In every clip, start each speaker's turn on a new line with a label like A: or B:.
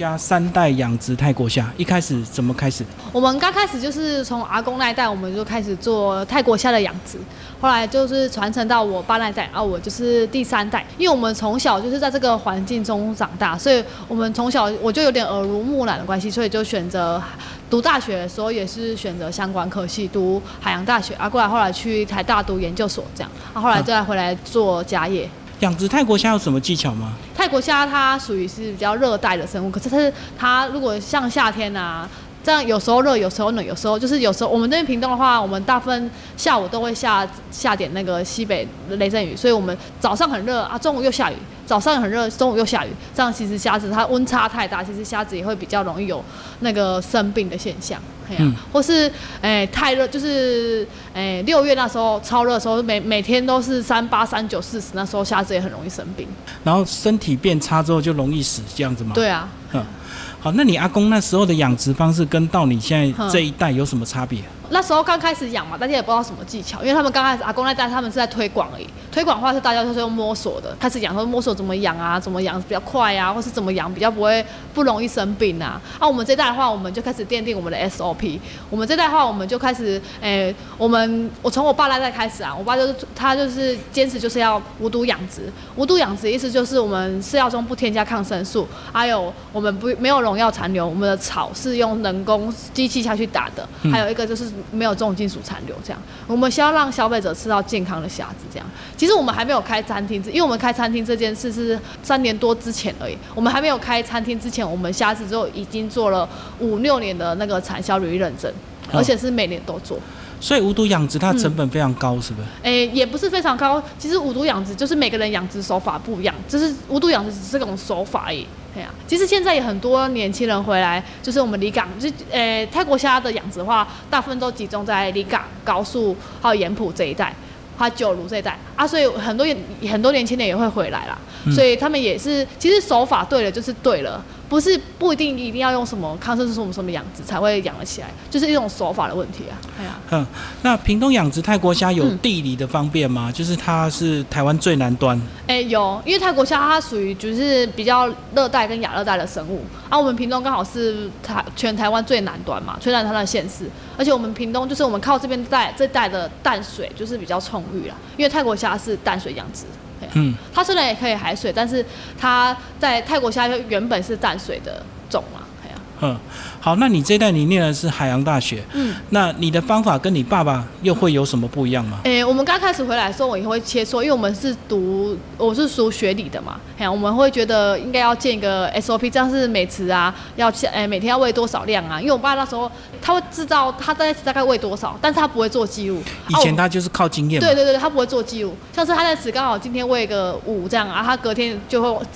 A: 家三代养殖泰国虾，一开始怎么开始？
B: 我们刚开始就是从阿公那一代，我们就开始做泰国虾的养殖，后来就是传承到我爸那一代，啊，我就是第三代。因为我们从小就是在这个环境中长大，所以我们从小我就有点耳濡目染的关系，所以就选择读大学的时候也是选择相关科系，读海洋大学，啊，过来后来去台大读研究所这样，啊，后来再回来做家业。
A: 养殖泰国虾有什么技巧吗？
B: 泰国虾它属于是比较热带的生物，可是它是它如果像夏天啊，这样有时候热，有时候冷，有时候就是有时候我们那边屏东的话，我们大部分下午都会下下点那个西北雷阵雨，所以我们早上很热啊，中午又下雨，早上很热，中午又下雨，这样其实虾子它温差太大，其实虾子也会比较容易有那个生病的现象。嘿啊
A: 嗯
B: 或是哎、太热，就是哎六、月那时候超热的时候，每每天都是三八、三九、四十，那时候虾子也很容易生病。
A: 然后身体变差之后就容易死这样子吗？。嗯
B: 对啊，
A: 好，那你阿公那时候的养殖方式跟到你现在
B: 嗯
A: 这一代有什么差别？
B: 那时候刚开始养嘛，大家也不知道什么技巧，因为他们刚开始阿公那代他们是在推广而已，推广的话是大家就是用摸索的，开始养说摸索怎么养啊，怎么养比较快啊，或是怎么养比较不会不容易生病啊。啊，我们这代的话，我们就开始奠定我们的 SOP。我们这代的话，我们就开始，诶、我们我从我爸那代开始啊，我爸就是他就是坚持就是要无毒养殖，无毒养殖意思就是我们饲料中不添加抗生素，还有我们不没有农药残留，我们的草是用人工机器下去打的，还有一个就是没有重金属残留，这样我们需要让消费者吃到健康的虾子。这样，其实我们还没有开餐厅之，因为我们开餐厅这件事是三年多之前而已，我们还没有开餐厅之前，我们虾子就已经做了五六年的那个产销履历认证，
A: 哦
B: 而且是每年都做。
A: 所以无毒养殖它的成本非常高，是不是？
B: 诶、哎也不是非常高。其实无毒养殖就是每个人养殖手法不一样，就是无毒养殖只是这种手法而已。对啊，其实现在也很多年轻人回来，就是我们离港，就是诶、泰国虾的养殖的话，大部分都集中在离港、高速还有盐浦这一带。还有九如这一带啊，所以很多很多年轻人也会回来啦，所以他们也是其实手法对了就是对了，不是不一定一定要用什么抗生素什么什么养殖才会养得起来，就是一种手法的问题啊。哎呀、
A: 嗯，那屏东养殖泰国虾有
B: 嗯
A: 地理的方便吗？就是它是台湾最南端，
B: 哎、有，因为泰国虾它属于就是比较热带跟亚热带的生物，啊，我们屏东刚好是台全台湾最南端嘛，最南端的县市，而且我们屏东就是我们靠这边带这带的淡水就是比较充裕啦，因为泰国虾是淡水养殖，对啊
A: 嗯，
B: 它虽然也可以海水，但是它在泰国虾原本是淡水的种啦，对啊
A: 嗯，好，那你这一代你念的是海洋大学，
B: 嗯，
A: 那你的方法跟你爸爸又会有什么不一样吗？
B: 诶、我们刚开始回来的时候，我也会切磋，因为我们是读我是读学理的嘛，哎呀，我们会觉得应该要建一个 SOP，这样是每次啊，要切诶、每天要喂多少量啊？因为我爸那时候他会知道他大概大概喂多少，但是他不会做记录。哦
A: 以前他就是靠经验嘛，
B: 对对对，他不会做记录。像是他在此刚好今天喂个五这样啊，他隔天就会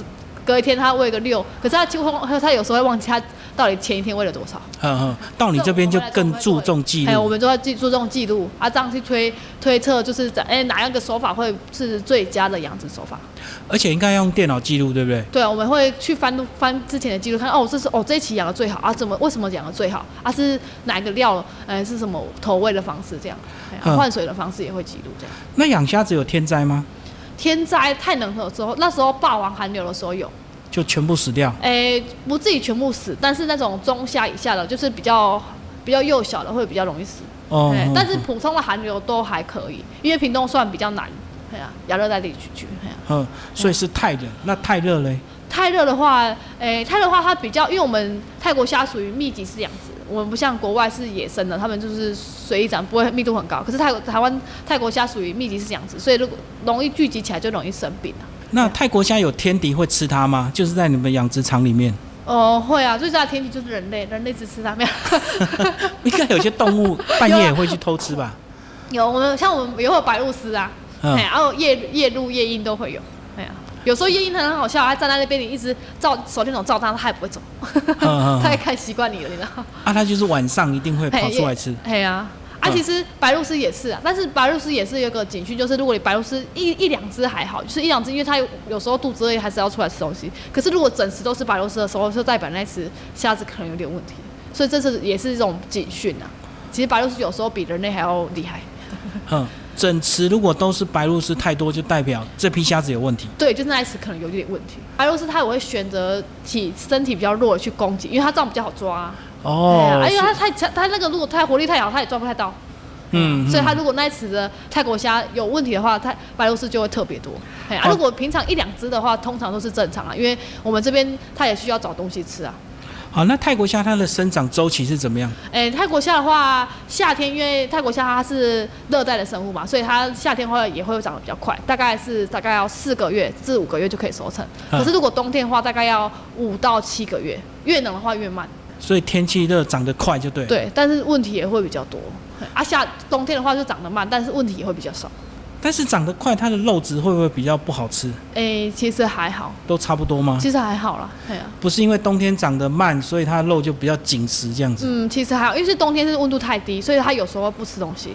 B: 隔一天他喂个六，可是他几乎他有时候会忘记他到底前一天喂了多少。
A: 嗯嗯，到你这边就更注重记
B: 哎，我
A: 录，
B: 们就要记注重记录啊，这样去推推测，就是在哎、哪样个手法会是最佳的养殖手法？
A: 而且应该要用电脑记录，对不对？
B: 对啊，我们会去翻录翻之前的记录，看哦，这是哦这一期养的最好啊，怎么为什么养的最好啊？是哪个料？呃，是什么投喂的方式这样？哎
A: 嗯
B: 呀换、水的方式也会记录这样。
A: 那养虾子有天灾吗？
B: 天灾太冷的时候，那时候霸王寒流的时候有，
A: 就全部死掉？
B: 哎、不至于全部死，但是那种中下以下的，就是比较比较幼小的会比较容易死。
A: 哦
B: 对，，但是
A: 嗯
B: 普通的寒流都还可以，因为屏东算比较难，对啊，亚热带地区去，对啊。
A: 嗯，所以是太冷，那太热嘞，
B: 泰热的话，诶、泰热的话它比较，因为我们泰国虾属于密集式养殖，我们不像国外是野生的，他们就是随意长，不会密度很高。可是泰国台湾泰国虾属于密集式养殖，所以如果容易聚集起来就容易生病啊。
A: 那泰国虾有天敌会吃它吗？就是在你们养殖场里面，
B: 哦，会啊，最大的天敌就是人类，人类只吃它没有。
A: 应该有些动物半夜也会去偷吃吧？
B: 有我们像我们也会有白鹭鸶啊， 哎、
A: 嗯，
B: 然后夜夜鹭、夜鹰都会有，哎呀、有时候夜鹰很好笑，它站在那边，你一直照手电筒照它，它也不会走，
A: 嗯嗯
B: 它也
A: 嗯
B: 看习惯你了，你知道吗？
A: 啊，它就是晚上一定会跑出来吃，
B: 哎呀、啊，
A: 嗯
B: 其实白鹭鸶也是啊，但是白鹭鸶也是有个警讯，就是如果你白鹭鸶一一两只还好，就是一两只，因为它有有时候肚子饿还是要出来吃东西。可是如果整池都是白鹭鸶的时候，就代表那只虾子可能有点问题，所以这是也是一种警讯啊。其实白鹭鸶有时候比人类还要厉害。
A: 嗯，整池如果都是白鹭鸶太多，就代表这批虾子有问题。
B: 对，就是那一次可能有点问题。白鹭鸶它也会选择体身体比较弱的去攻击，因为它这样比较好抓、啊。
A: 哦，
B: 哎呀，因为
A: 所以
B: 它太它它那个如果太活力太好，它也抓不太到。
A: 嗯，
B: 所以它
A: 嗯
B: 如果那一池的泰国虾有问题的话，它白鹭鸶就会特别多。哎、啊，
A: 哦
B: 如果平常一两只的话，通常都是正常啊，因为我们这边它也需要找东西吃啊。
A: 好，那泰国虾它的生长周期是怎么样？
B: 哎、泰国虾的话，夏天因为泰国虾它是热带的生物嘛，所以它夏天的话也会长得比较快，大概是大概要四个月至五个月就可以收成。
A: 嗯
B: 可是如果冬天的话，大概要五到七个月，越冷的话越慢。
A: 所以天气热长得快就对。，
B: 对，但是问题也会比较多。啊，夏冬天的话就长得慢，但是问题也会比较少。
A: 但是长得快，它的肉质会不会比较不好吃？
B: 哎、其实还好，
A: 都差不多吗？
B: 其实还好啦，哎呀、
A: 不是因为冬天长得慢，所以它肉就比较紧实这样子。
B: 嗯，其实还好，因为是冬天是温度太低，所以它有时候不吃东西。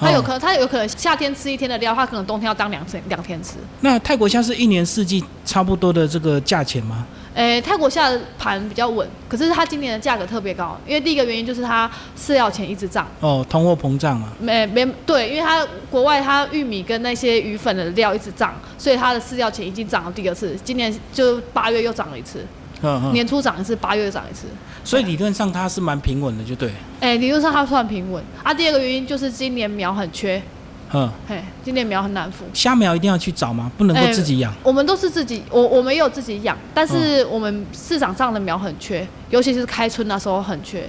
B: 它
A: 哦
B: 有可它有可能夏天吃一天的料，它可能冬天要当两天两天吃。
A: 那泰国虾是一年四季差不多的这个价钱吗？
B: 诶、泰国下的盘比较稳，可是它今年的价格特别高，因为第一个原因就是它饲料钱一直涨，
A: 哦，通货膨胀啊。
B: 没没对，因为它国外它玉米跟那些鱼粉的料一直涨，所以它的饲料钱已经涨了第二次，今年就八月又涨了一次，
A: 嗯嗯。
B: 年初涨一次，八月又涨一次。
A: 所以理论上它是蛮平稳的，就对。
B: 诶、理论上它算平稳啊。第二个原因就是今年苗很缺，
A: 嗯，
B: 嘿，今年苗很难孵。
A: 虾苗一定要去找吗？不能够
B: 哎
A: 自己养。
B: 我们都是自己，我我们也有自己养，但是我们市场上的苗很缺，尤其是开春那时候很缺。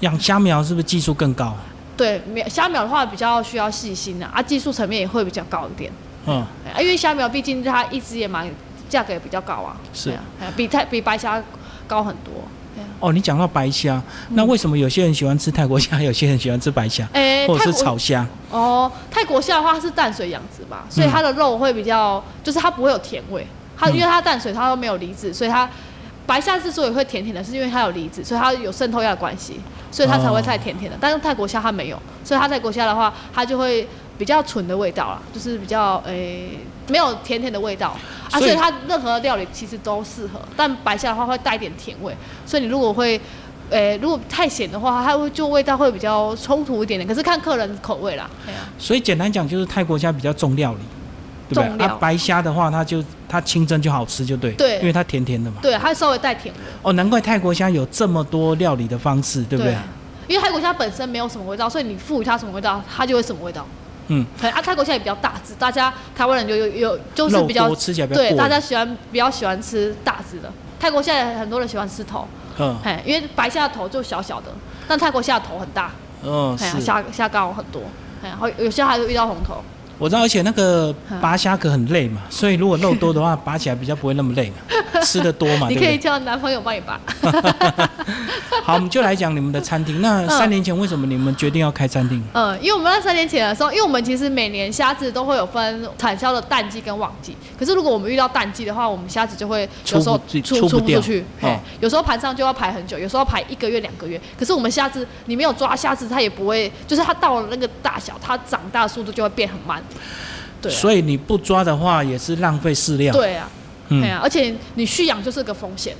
A: 养虾苗是不是技术更高？
B: 对，苗虾苗的话比较需要细心啊，啊，技术层面也会比较高一点，
A: 嗯，
B: 哎啊，因为虾苗毕竟它一只也蛮价格也比较高啊，
A: 是
B: 对啊，哎比泰比白虾高很多。对啊
A: 哦，你讲到白虾，那
B: 嗯
A: 为什么有些人喜欢吃泰国虾，有些人喜欢吃白虾，
B: 哎、
A: 或者是
B: 泰国
A: 炒虾？
B: 哦，泰国虾的话它是淡水养殖嘛，所以它的肉会比较，就是它不会有甜味，它
A: 嗯
B: 因为它淡水它都没有离子，所以它白虾之所以会甜甜的，是因为它有离子，所以它有渗透压的关系，所
A: 哦
B: 以它才会太甜甜的。但是泰国虾它没有，所以它泰国虾的话，它就会比较纯的味道啦，就是比较诶、没有甜甜的味道啊，
A: 所
B: 所
A: 以
B: 以它任何的料理其实都适合，但白虾的话会带一点甜味，所以你如果会。诶、如果太咸的话，它会就味道会比较冲突一点点，可是看客人口味啦。对啊
A: 所以简单讲，就是泰国虾比较重料理，对不对？
B: 重料
A: 啊，白虾的话，它就它清蒸就好吃，就对，
B: 对
A: 因为它甜甜的嘛。
B: 对，它稍微带甜味，
A: 哦，难怪泰国虾有这么多料理的方式，对不对？
B: 因为泰国虾本身没有什么味道，所以你赋予它什么味道，它就会什么味道。
A: 嗯，
B: 可能啊，泰国虾也比较大只，大家台湾人就有有就是
A: 肉
B: 比较
A: 多吃起来比较过
B: 对，
A: 瘾。
B: 大家喜欢比较喜欢吃大只的。泰国虾也很多人喜欢吃头，
A: 嗯
B: 嘿，因为白虾的头就小小的，但泰国虾的头很大，
A: 嗯
B: 嘿啊，
A: 是，
B: 虾虾膏很多，嘿，然后有些还会遇到红头。
A: 我知道，而且那个
B: 嗯
A: 拔虾壳很累嘛，所以如果肉多的话， 拔起来比较不会那么累嘛，吃的多啊嘛，对
B: 你
A: 不
B: 可以
A: 对？
B: 叫男朋友帮你拔。
A: 好，我们就来讲你们的餐厅。那
B: 嗯
A: 三年前为什么你们决定要开餐厅？
B: 嗯，因为我们在三年前的时候，因为我们其实每年虾子都会有分产销的淡季跟旺季。可是如果我们遇到淡季的话，我们虾子就会有时候
A: 出不
B: 出
A: 出不
B: 出
A: 掉
B: 出去，嘿
A: 哦
B: 有时候盘上就要排很久，有时候排一个月两个月。可是我们虾子，你没有抓虾子，它也不会，就是它到了那个大小，它长大的速度就会变很慢。对啊、
A: 所以你不抓的话，也是浪费饲料。，
B: 对啊，对
A: 嗯，
B: 啊，而且你蓄养就是个风险。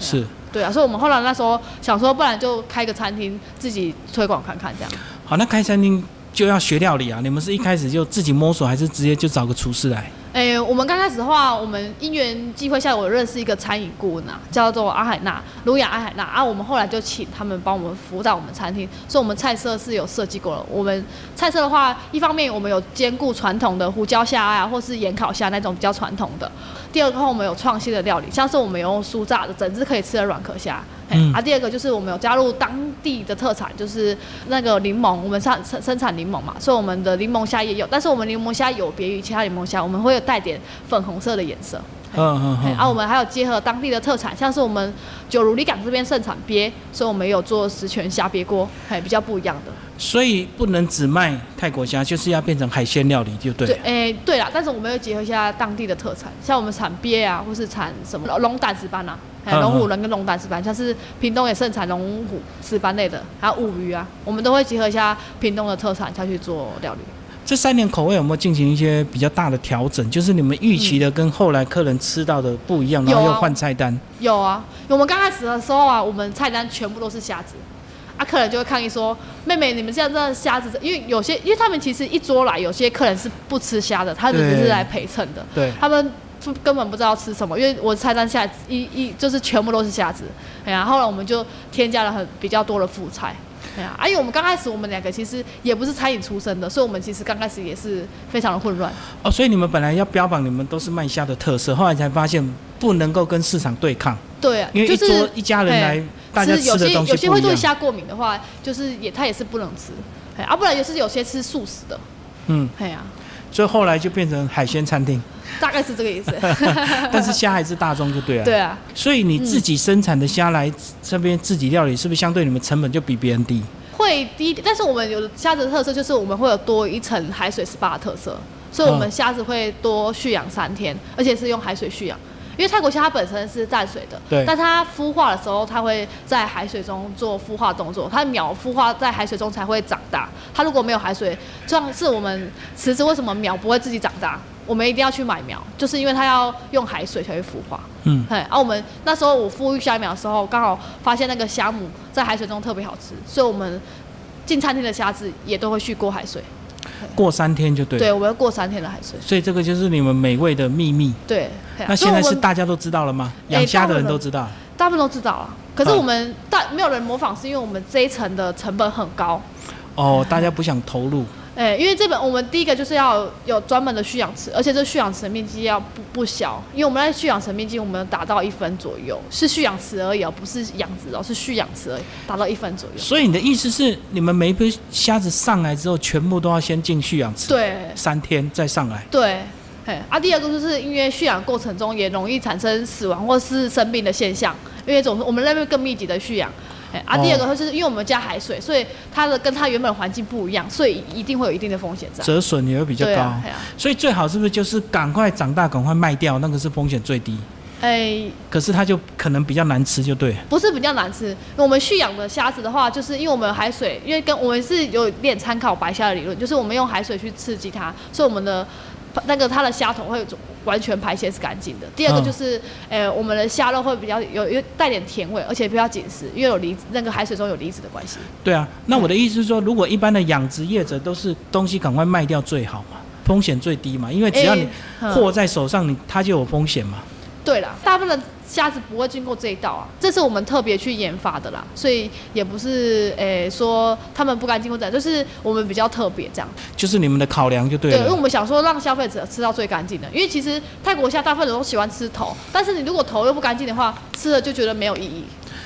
A: 是。
B: 对啊，所以我们后来那时候想说，不然就开个餐厅自己推广看看这样。
A: 好，那开餐厅就要学料理啊！你们是一开始就自己摸索，还是直接就找个厨师来？
B: 诶、哎我们刚开始的话，我们因缘际会下，我认识一个餐饮顾问啊，叫做阿海娜，卢雅阿海娜啊。我们后来就请他们帮我们辅导我们餐厅，所以我们菜色是有设计过了。我们菜色的话，一方面我们有兼顾传统的胡椒虾啊，或是盐烤虾那种比较传统的；第二个话，我们有创新的料理，像是我们有用酥炸的整只可以吃的软壳虾。嘿
A: 嗯
B: 啊，第二个就是我们有加入当地的特产，就是那个柠檬，我们产生生产柠檬嘛，所以我们的柠檬虾也有，但是我们柠檬虾有别于其他柠檬虾，我们会有带点粉红色的颜色。
A: 嗯
B: 嘿
A: 嗯
B: 啊，我
A: 嗯。
B: 们还有结合当地的特产，像是我们九如里港这边盛产鳖，所以我们也有做十全虾鳖锅，还比较不一样的。
A: 所以不能只卖泰国虾，就是要变成海鲜料理，就对。
B: 诶、对啦，但是我们又结合一下当地的特产，像我们产鳖啊，或是产什么龙胆石斑啊，还有
A: 嗯
B: 龙
A: 嗯
B: 虎人跟龙胆石斑，像是屏东也盛产龙虎石斑类的，还有乌鱼啊，我们都会结合一下屏东的特产下去做料理。
A: 这三年口味有没有进行一些比较大的调整？就是你们预期的跟后来客人吃到的不一样，然后
B: 有
A: 又
B: 啊
A: 换菜单。
B: 有啊，我们刚开始的时候啊，我们菜单全部都是虾子。啊，客人就会抗议说：“妹妹，你们现在这虾子，因为有些，因为他们其实一桌来，有些客人是不吃虾的，他们只是
A: 对
B: 来陪衬的，
A: 对
B: 他们就根本不知道吃什么。因为我菜单下一一就是全部都是虾子，哎呀、后来我们就添加了很比较多的副菜。”哎呀、啊，因为我们刚开始我们两个其实也不是餐饮出身的，所以我们其实刚开始也是非常的混乱。
A: 哦，所以你们本来要标榜你们都是卖虾的特色，后来才发现不能够跟市场对抗，
B: 对啊，
A: 因为
B: 就
A: 一桌、
B: 是哎
A: 一家人来，大家
B: 是有
A: 吃
B: 些
A: 的东西
B: 有些
A: 不
B: 会
A: 一
B: 对
A: 样。
B: 虾过敏的话，就是也他也是不能吃，哎，啊，不然也是有些吃素食的，
A: 嗯，
B: 哎呀、
A: 所以后来就变成海鲜餐厅，
B: 大概是这 个意思。
A: 但是虾还是大众就对了。
B: 对。啊，
A: 所以你自己生产的虾来这边自己料理，是不是相对你们成本就比别人低？
B: 会低，但是我们有虾子的特色就是我们会有多一层海水 SPA 的特色，所以我们
A: 嗯
B: 虾子会多蓄养三天，而且是用海水蓄养。因为泰国虾它本身是淡水的，
A: 对
B: 但它孵化的时候，它会在海水中做孵化动作，它的苗孵化在海水中才会长大。它如果没有海水，就像是我们池子为什么苗不会自己长大，我们一定要去买苗，就是因为它要用海水才会孵化。
A: 嗯，
B: 嘿，啊，我们那时候我孵育虾苗的时候，刚好发现那个虾母在海水中特别好吃，所以我们进餐厅的虾子也都会去过海水。
A: 过三天就对。
B: 对，。我们要过三天的海水。
A: 所以这个就是你们美味的秘密。
B: 对，嘿啊
A: 那
B: 所以
A: 现在
B: 我
A: 是
B: 们
A: 大家都知道了吗？养虾的人都知道。
B: 大部分都知道了，可是
A: 嗯
B: 我们大没有人模仿，是因为我们这一层的成本很高。
A: 哦，大家不想投入。
B: 哎、因为这本我们第一个就是要有专门的蓄养池，而且这蓄养池的面积要不不小，因为我们在蓄养池的面积我们达到一分左右，是蓄养池而已哦，不是养殖哦，是蓄养池而已，达到一分左右。
A: 所以你的意思是，你们每一批虾子上来之后，全部都要先进蓄养池，
B: 对，
A: 三天再上来。
B: 对，嘿，啊，第二个就是因为蓄养过程中也容易产生死亡或是生病的现象，因为总是我们那边更密集的蓄养。哎，啊，
A: 哦
B: 第二个就是因为我们加海水，所以它的跟它原本环境不一样，所以一定会有一定的风险在。
A: 折损也会比较
B: 对
A: 高
B: 啊，，哎、啊
A: 所以最好是不是就是赶快长大，赶快卖掉，那个是风险最低，
B: 哎，
A: 可是它就可能比较难吃，就对。
B: 不是比较难吃。我们蓄养的虾子的话，就是因为我们海水，因为跟我们是有点参考白虾的理论，就是我们用海水去刺激它，所以我们的那个它的虾头会完全排泄是干净的。第二个
A: 嗯
B: 就是，呃，我们的虾肉会比较有有带点甜味，而且比较紧实，因为有离子那个海水中有离子的关系。
A: 对啊，那我的意思是说，如果一般的养殖业者都是东西赶快卖掉最好嘛，风险最低嘛，因为只要你
B: 嗯
A: 货在手上，你它就有风险嘛。
B: 对啦，大部分的虾子不会经过这一道啊，这是我们特别去研发的啦，所以也不是诶、说他们不干净或怎样，就是我们比较特别这样。
A: 就是你们的考量就对
B: 对，因为我
A: 了。
B: 们想说让消费者吃到最干净的，因为其实泰国虾大部分人都喜欢吃头，但是你如果头又不干净的话，吃了就觉得没有意义，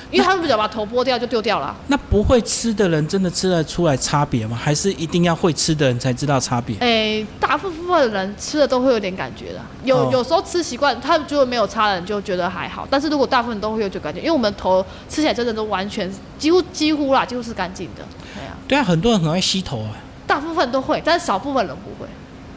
B: 因为他们比较把头剥掉就丢掉了啊。
A: 那不会吃的人真的吃得出来差别吗？还是一定要会吃的人才知道差别？
B: 诶，大部分人吃了都会有点感觉的，有、
A: 哦
B: 有时候吃习惯，他们觉得没有差的人就觉得还好，但是如果大部分都会有这感觉，因为我们头吃起来真的都完全几乎几乎啦，几乎是干净的，对啊，
A: 对啊，很多人很爱吸头啊。
B: 大部分都会，但是少部分人不会，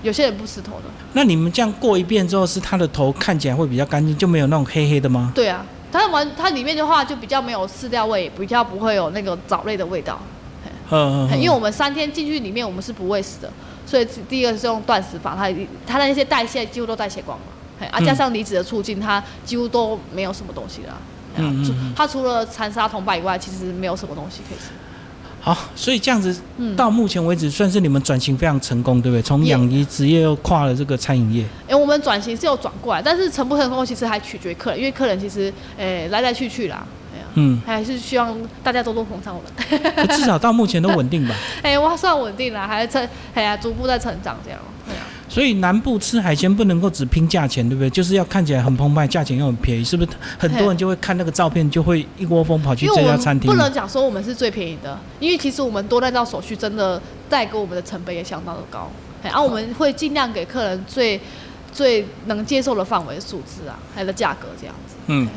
B: 有些人不吃头的。
A: 那你们这样过一遍之后，是它的头看起来会比较干净，就没有那种黑黑的吗？
B: 对啊，它完它里面的话就比较没有饲料味，比较不会有那个藻类的味道。
A: 嗯，嗯嗯
B: 因为我们三天进去里面我们是不喂食的，所以第一个是用断食法，它它那些代谢几乎都代谢光了。嘿啊，
A: 嗯
B: 加上离子的促进，它几乎都没有什么东西了。嘿啊
A: 嗯嗯
B: 除
A: 嗯
B: 它除了残杀铜板以外，其实没有什么东西可以吃。
A: 好，所以这样子
B: 嗯
A: 到目前为止算是你们转型非常成功，对不对？从养鱼职业又跨了这个餐饮业。
B: 哎、我们转型是有转过来，但是成不成功其实还取决于客人，因为客人其实诶、来来去去啦。哎呀
A: 嗯，
B: 还是希望大家多多捧场我们。
A: 可 至少到目前都稳定吧。
B: 哎、我还算稳定了，还成哎呀，逐步在成长这样。对啊，
A: 所以南部吃海鲜不能够只拼价钱，对不对？就是要看起来很澎湃，价钱又很便宜，是不是？很多人就会看那个照片，就会一窝蜂跑去
B: 因为
A: 这
B: 我
A: 家
B: 们
A: 餐厅
B: 不。能讲说我们是最便宜的，因为其实我们多那道手续真的带给我们的成本也相当的高。哎，啊，我们会尽量给客人最最能接受的范围数字啊，还有价格这样子。
A: 嗯。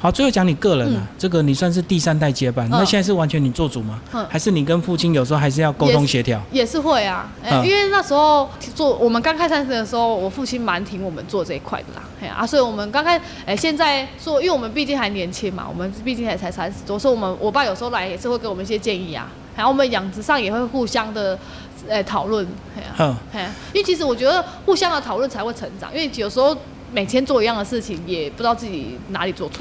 A: 好，最后讲你个人
B: 嗯
A: 啊，这个你算是第三代接班，那现在是完全你做主吗？
B: 嗯
A: 还是你跟父亲有时候还是要沟通协调？
B: 也是会啊，哎
A: 嗯
B: 因为那时候做我们刚开餐厅的时候，我父亲蛮挺我们做这一块的啦，哎啊，所以我们刚开，哎，现在做，因为我们毕竟还年轻嘛，我们毕竟还才三十多，所以我们我爸有时候来也是会给我们一些建议啊，然后我们养殖上也会互相的，哎，讨论，哎呀、
A: 嗯，
B: 哎呀、因为其实我觉得互相的讨论才会成长，因为有时候每天做一样的事情，也不知道自己哪里做错，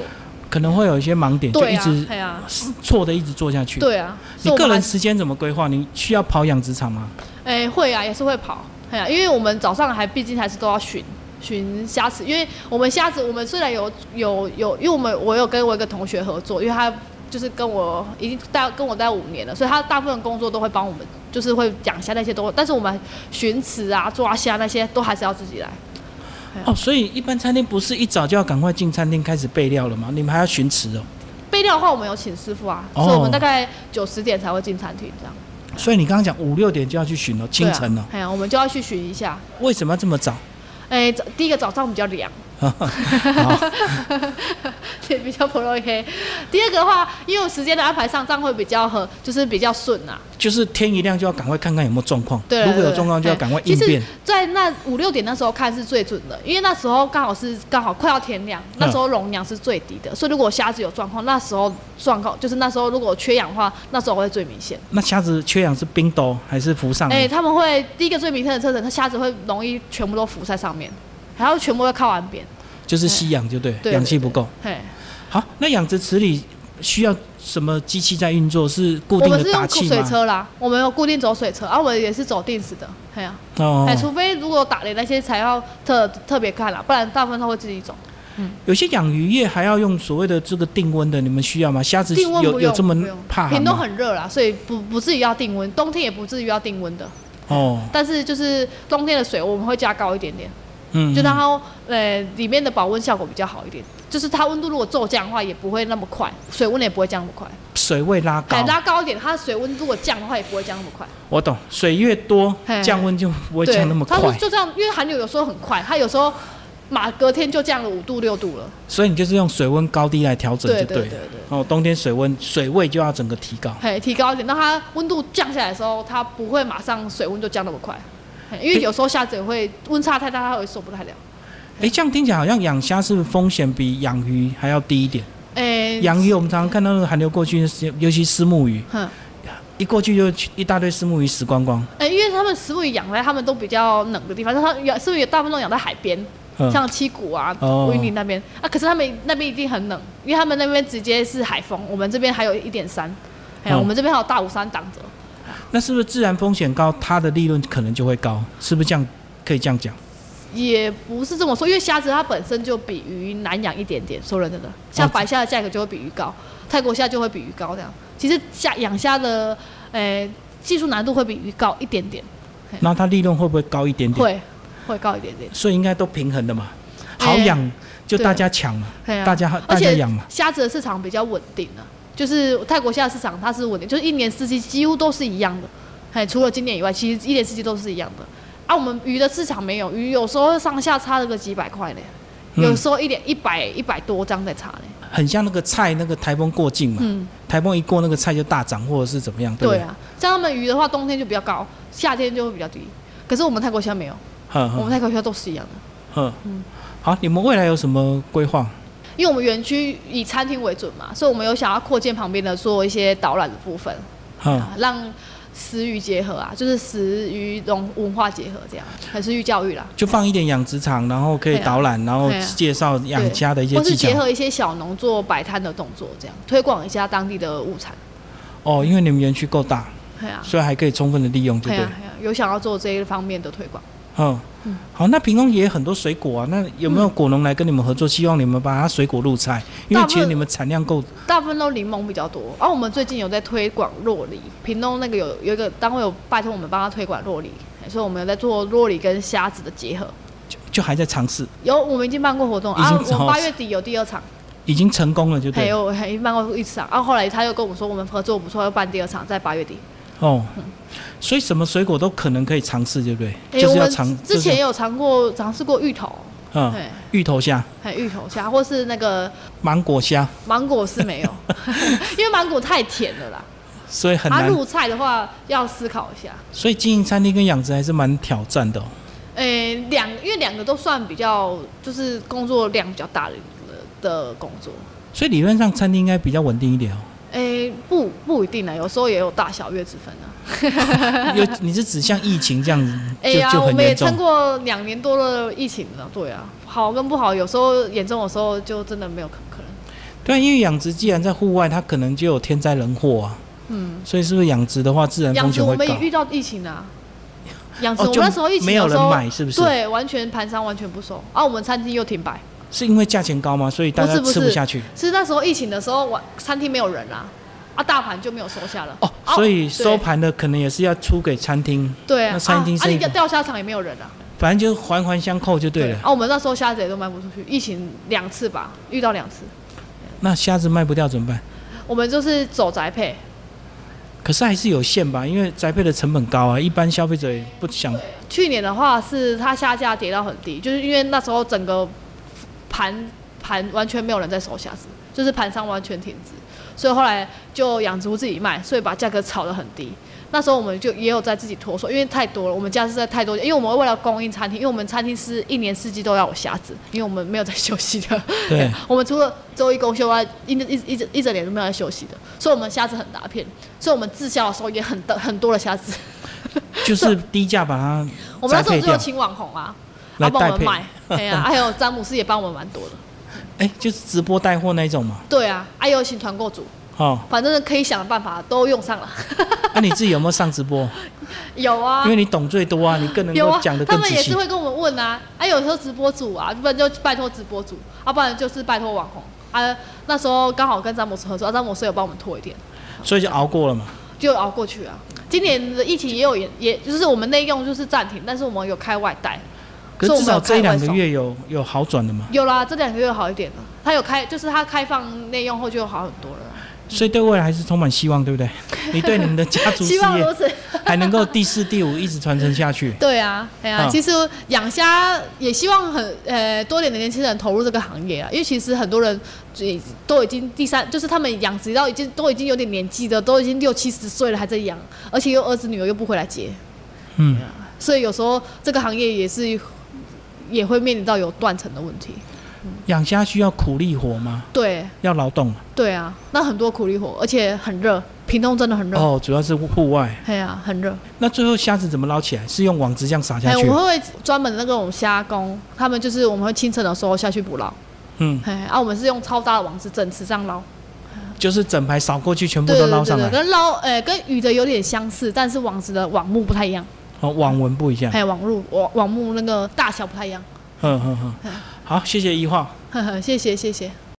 A: 可能会有一些盲点，就
B: 对
A: 一
B: 啊
A: 直，
B: 哎呀、
A: 错的一直做下去。，
B: 对啊，
A: 你
B: 所以我
A: 个
B: 们
A: 人
B: 还
A: 时间怎么规划？你需要跑养殖场吗？
B: 哎、会啊，也是会跑，哎呀、因为我们早上还毕竟还是都要巡巡虾子，因为我们虾子我们虽然有有有，因为我们我有跟我一个同学合作，因为他就是跟我已经带跟我带五年了，所以他大部分工作都会帮我们，就是会养虾那些都会，但是我们巡池啊、抓虾那些都还是要自己来。
A: 哦，所以一般餐厅不是一早就要赶快进餐厅开始备料了吗？你们还要巡池哦。
B: 备料的话，我们有请师傅啊，
A: 哦
B: 所以我们大概九十点才会进餐厅这样。
A: 所以你刚刚讲五六点就要去巡了，清晨了、
B: 对啊哎呀、我们就要去巡一下。
A: 为什么要这么早？
B: 哎、早第一个早上比较凉， 也比较不容易黑。第二个的话，因为时间的安排上，这样会比较合，就是比较顺啊。
A: 就是天一亮就要赶快看看有没有状况，
B: 对啊，
A: 如果有
B: 对啊
A: 状况就要
B: 对
A: 赶快应变
B: 其实。，在那五六点那时候看是最准的，因为那时候刚好是刚好快要天亮，那
A: 嗯
B: 时候容量是最低的，所以如果虾子有状况，那时候状况就是那时候如果缺氧的话，那时候会最明显。
A: 那虾子缺氧是冰斗还是浮上？
B: 哎、他们会第一个最明显的特征，它虾子会容易全部都浮在上面，然后全部会靠岸边。
A: 就是吸氧就对，
B: 对
A: 氧气不够。
B: 嘿，
A: 好，那养殖池里需要什么机器在运作？是固
B: 我
A: 定
B: 们
A: 的
B: 是
A: 打
B: 用
A: 气
B: 水
A: 吗？
B: 车啦，我们有固定走水车，而、啊、我们也是走定时的。嘿啊。
A: 哦
B: 哎、，除非如果打雷那些才要特特别看啦，不然大部分都会自己走。
A: 有些养鱼业还要用所谓的这个定温的，你们需要吗？虾子
B: 定温
A: 有
B: 不
A: 有
B: 用，
A: 这么
B: 不用
A: 怕寒
B: 屏东
A: 吗？
B: 很热啦，所以不不至于要定温，冬天也不至于要定温的。
A: 哦，
B: 但是就是冬天的水我们会加高一点点，
A: 嗯，
B: 就让
A: 嗯
B: 它呃里面的保温效果比较好一点。就是它温度如果骤降的话，也不会那么快，水温也不会降那么快。
A: 水位拉高
B: 哎，，拉高一点，它的水温如果降的话，也不会降那么快。
A: 我懂，水越多
B: 嘿
A: 降温就不会
B: 哎对，
A: 降那么
B: 它
A: 快
B: 是，就这样，因为寒流有时候很快，它有时候马隔天就降了五度六度了。
A: 所以你就是用水温高低来调整就
B: 对
A: 对
B: 对对
A: 了。
B: 对。
A: 哦，冬天水温水位就要整个提高。
B: 嘿，提高一点，让它温度降下来的时候，它不会马上水温就降那么快，嘿因为有时候下子也会温差太大，它会受不太了。
A: 哎，这样听起来好像养虾是不是风险比养鱼还要低一点？
B: 诶、
A: 养鱼我们常常看到那个寒流过去，尤其是丝木鱼，
B: 哼，
A: 一过去就一大堆丝木鱼死光光。
B: 诶、因为他们食物养在他们都比较冷的地方，像它养食物也大部分都养在海边，
A: 嗯，
B: 像七股啊、
A: 哦
B: 乌云林那边啊，可是他们那边一定很冷，因为他们那边直接是海风，我们这边还有一点山，哎呀、
A: 嗯
B: 我们这边还有大武山挡着。
A: 那是不是自然风险高，它的利润可能就会高？是不是这样？可以这样讲？
B: 也不是这么说，因为虾子它本身就比鱼难养一点点。说认真的，像白虾的价格就会比鱼高，泰国虾就会比鱼高这样。其实虾养虾的，诶、技术难度会比鱼高一点点，
A: 那它利润会不会高一点点？
B: 会会高一点点。
A: 所以应该都平衡的嘛，
B: 哎
A: 好养就
B: 对
A: 大家抢嘛，
B: 对啊，
A: 大家
B: 而
A: 大家
B: 且
A: 养嘛。
B: 虾子的市场比较稳定啊，就是泰国虾的市场它是稳定，就是一年四季几乎都是一样的，哎，除了今年以外，其实一年四季都是一样的。啊，我们鱼的市场没有，鱼有时候上下差了个几百块嘞，
A: 嗯
B: 有时候一点一百一百多这样在差嘞。
A: 很像那个菜，那个台风过境嘛，
B: 嗯，
A: 台风一过那个菜就大涨，或者是怎么样，对不
B: 对
A: 对？
B: 啊，像他们鱼的话，冬天就比较高，夏天就会比较低。可是我们泰国虾没有，
A: 呵
B: 我们嗯
A: 呵
B: 泰国虾都是一样的，
A: 呵，好，你们未来有什么规划？
B: 因为我们园区以餐厅为准嘛，所以我们有想要扩建旁边的做一些导览的部分，
A: 嗯，
B: 啊让食鱼结合啊，就是食鱼文文化结合这样，还是育教育啦，
A: 就放一点养殖场，然后可以
B: 对啊
A: 导览，然后
B: 对啊
A: 介绍养
B: 对啊
A: 家的一些
B: 或是
A: 技巧
B: 结。合一些小农做摆摊的动作，这样推广一下当地的物产。
A: 哦，因为你们园区够大，
B: 对啊，
A: 所以还可以充分的利用，对
B: 对
A: 不对
B: 啊？，对啊，有想要做这一方面的推广。
A: 嗯，好，那屏东也有很多水果啊，那有没有果农来跟你们合作？希望你们把它水果入菜，因为
B: 嗯大部
A: 其实
B: 分
A: 你们产量够，
B: 大部分都柠檬比较多，啊而、我们最近有在推广洛梨，屏东那个有有一个单位有拜托我们帮他推广洛梨，哎所以我们有在做洛梨跟虾子的结合。
A: 就就还在尝试，
B: 有，我们已经办过活动
A: 已经
B: 啊，我
A: 超
B: 们八月底有第二场，
A: 已经成功了，就
B: 还
A: 对了。
B: 有还办过一场，然、啊后后来他又跟我们说我们合作不错，要办第二场，在八月底。
A: 哦，所以什么水果都可能可以尝试，对不对？
B: 哎、
A: 就是
B: 我
A: 要
B: 们
A: 尝，
B: 之
A: 就是
B: 前也有尝过尝试过芋头，
A: 嗯，
B: 对，
A: 芋头虾、
B: 还有芋头虾，或是那个
A: 芒果虾，
B: 芒果是没有， 因为芒果太甜了啦。
A: 所以很
B: 它
A: 难。
B: 入菜的话要思考一下。
A: 所以经营餐厅跟养殖还是蛮挑战的、哦。
B: 诶、两因为两个都算比较，就是工作量比较大的的工作。
A: 所以理论上餐厅应该比较稳定一 点哦。
B: 诶、不不一定啊，有时候也有大小月之分啊。
A: 有你是指像疫情这样子就、
B: 哎呀、
A: 就
B: 我
A: 很
B: 们也
A: 严重
B: 撑。过两年多的疫情了，对啊，好跟不好，有时候严重的时候就真的没有可可能。
A: 对啊，因为养殖既然在户外，它可能就有天灾人祸啊。嗯，所以是不是养殖的话，自然
B: 养
A: 风
B: 殖
A: 险
B: 我
A: 会
B: 们
A: 高
B: 也？遇到疫 情啊，养殖
A: 哦
B: 我们
A: 就
B: 那时候疫情
A: 没有
B: 时
A: 人
B: 候
A: 买是不是
B: 对，完全盘商完全不收啊，我们餐厅又停摆。
A: 是因为价钱高吗？所以大家
B: 不是不是
A: 吃不下去？
B: 是那时候疫情的时候，我餐厅没有人啦、啊，大盘就没有收下了。
A: 哦，
B: 啊
A: 所以收
B: 对
A: 盘的可能也是要出给餐厅，
B: 对啊，
A: 那餐厅
B: 啊，啊
A: 生意
B: 你钓虾场也没有人啊。
A: 反正就环环相扣就对了。
B: 啊，我们那时候虾子也都卖不出去，疫情两次吧，遇到两次，
A: 那虾子卖不掉怎么办？
B: 我们就是走宅配，
A: 可是还是有限吧，因为宅配的成本高啊，一般消费者也不想。
B: 去年的话是它下架跌到很低，就是因为那时候整个盘盘完全没有人在收虾子，就是盘商完全停止，所以后来就养殖户自己卖，所以把价格炒得很低。那时候我们就也有在自己脱手，因为太多了，我们家是在太多，因为我们为了供应餐厅，因为我们餐厅是一年四季都要有虾子，因为我们没有在休息的。
A: 对，
B: 我们除了周一公休外，一一一整一整年都没有在休息的，所以我们虾子很大片，所以我们滞销的时候也很大很多的虾子。
A: 就是低价把它
B: 我们
A: 宅
B: 那时候
A: 配
B: 只有
A: 掉，
B: 请网红啊，
A: 来
B: 啊帮
A: 代
B: 我们
A: 配。
B: 买，哎呀、还有詹姆斯也帮我们蛮多的，
A: 哎、就是直播带货那一种嘛。
B: 对啊，还有请团购组，
A: 哦，
B: 反正可以想的办法都用上了，
A: 那、啊你自己有没有上直 播？
B: 有啊
A: 因。为你懂最多啊，你更能
B: 有
A: 够
B: 啊
A: 讲得，
B: 他
A: 更
B: 们
A: 仔
B: 也
A: 细
B: 是。会跟我们问啊，啊，有时候直播组啊，不然就拜托直播组，啊，不然就是拜托网红啊。那时候刚好跟詹姆斯合作，啊、詹姆斯有帮我们拖一点，
A: 所以就熬过了嘛。
B: 就熬过去啊。今年的疫情也有也，也就是我们内用就是暂停，但是我们有开外带，
A: 可
B: 所
A: 是
B: 以
A: 至
B: 我们
A: 少
B: 有
A: 这
B: 开
A: 一两
B: 外
A: 个
B: 送。
A: 月有有好转的嘛。
B: 有啦，这两个月好一点了。他有开，就是他开放内用后就好很多了。
A: 所以对未来还是充满希望，对不对？你对你们的家族事
B: 希望如
A: 业
B: 此。
A: 还能够第四、第五一直传承下去。
B: 对啊，哎呀、
A: 啊
B: 其实养虾也希望很呃多点的年轻人投入这个行业啊，因为其实很多人也都已经第三，就是他们养殖到已经都已经有点年纪的，都已经六七十岁了还在养，而且又儿子女儿又不回来接，
A: 嗯，
B: 所以有时候这个行业也是也会面临到有断层的问题。
A: 养虾需要苦力活吗？
B: 对
A: 要劳动啊
B: 对啊，那很多苦力活，而且很热，屏东真的很热。
A: 哦，主要是户外。
B: 哎呀、很热。
A: 那最后虾子怎么捞起来？是用网子这样撒
B: 哎，
A: 下
B: 我
A: 去
B: 们？会专门的那种虾工，他们就是我们会清晨的时候下去捕捞。
A: 嗯，
B: 哎，啊，我们是用超大的网子整池这样捞，
A: 就是整排扫过去，全部
B: 对
A: 都
B: 对
A: 捞
B: 对
A: 上
B: 对，
A: 来。
B: 跟捞，哎、跟鱼的有点相似，但是网子的网目不太一样，
A: 哦，网纹不一样
B: 还。有网路网网目那个大小不太一样。嗯
A: 嗯嗯嗯。好，谢谢一化。
B: 呵呵，谢谢谢谢。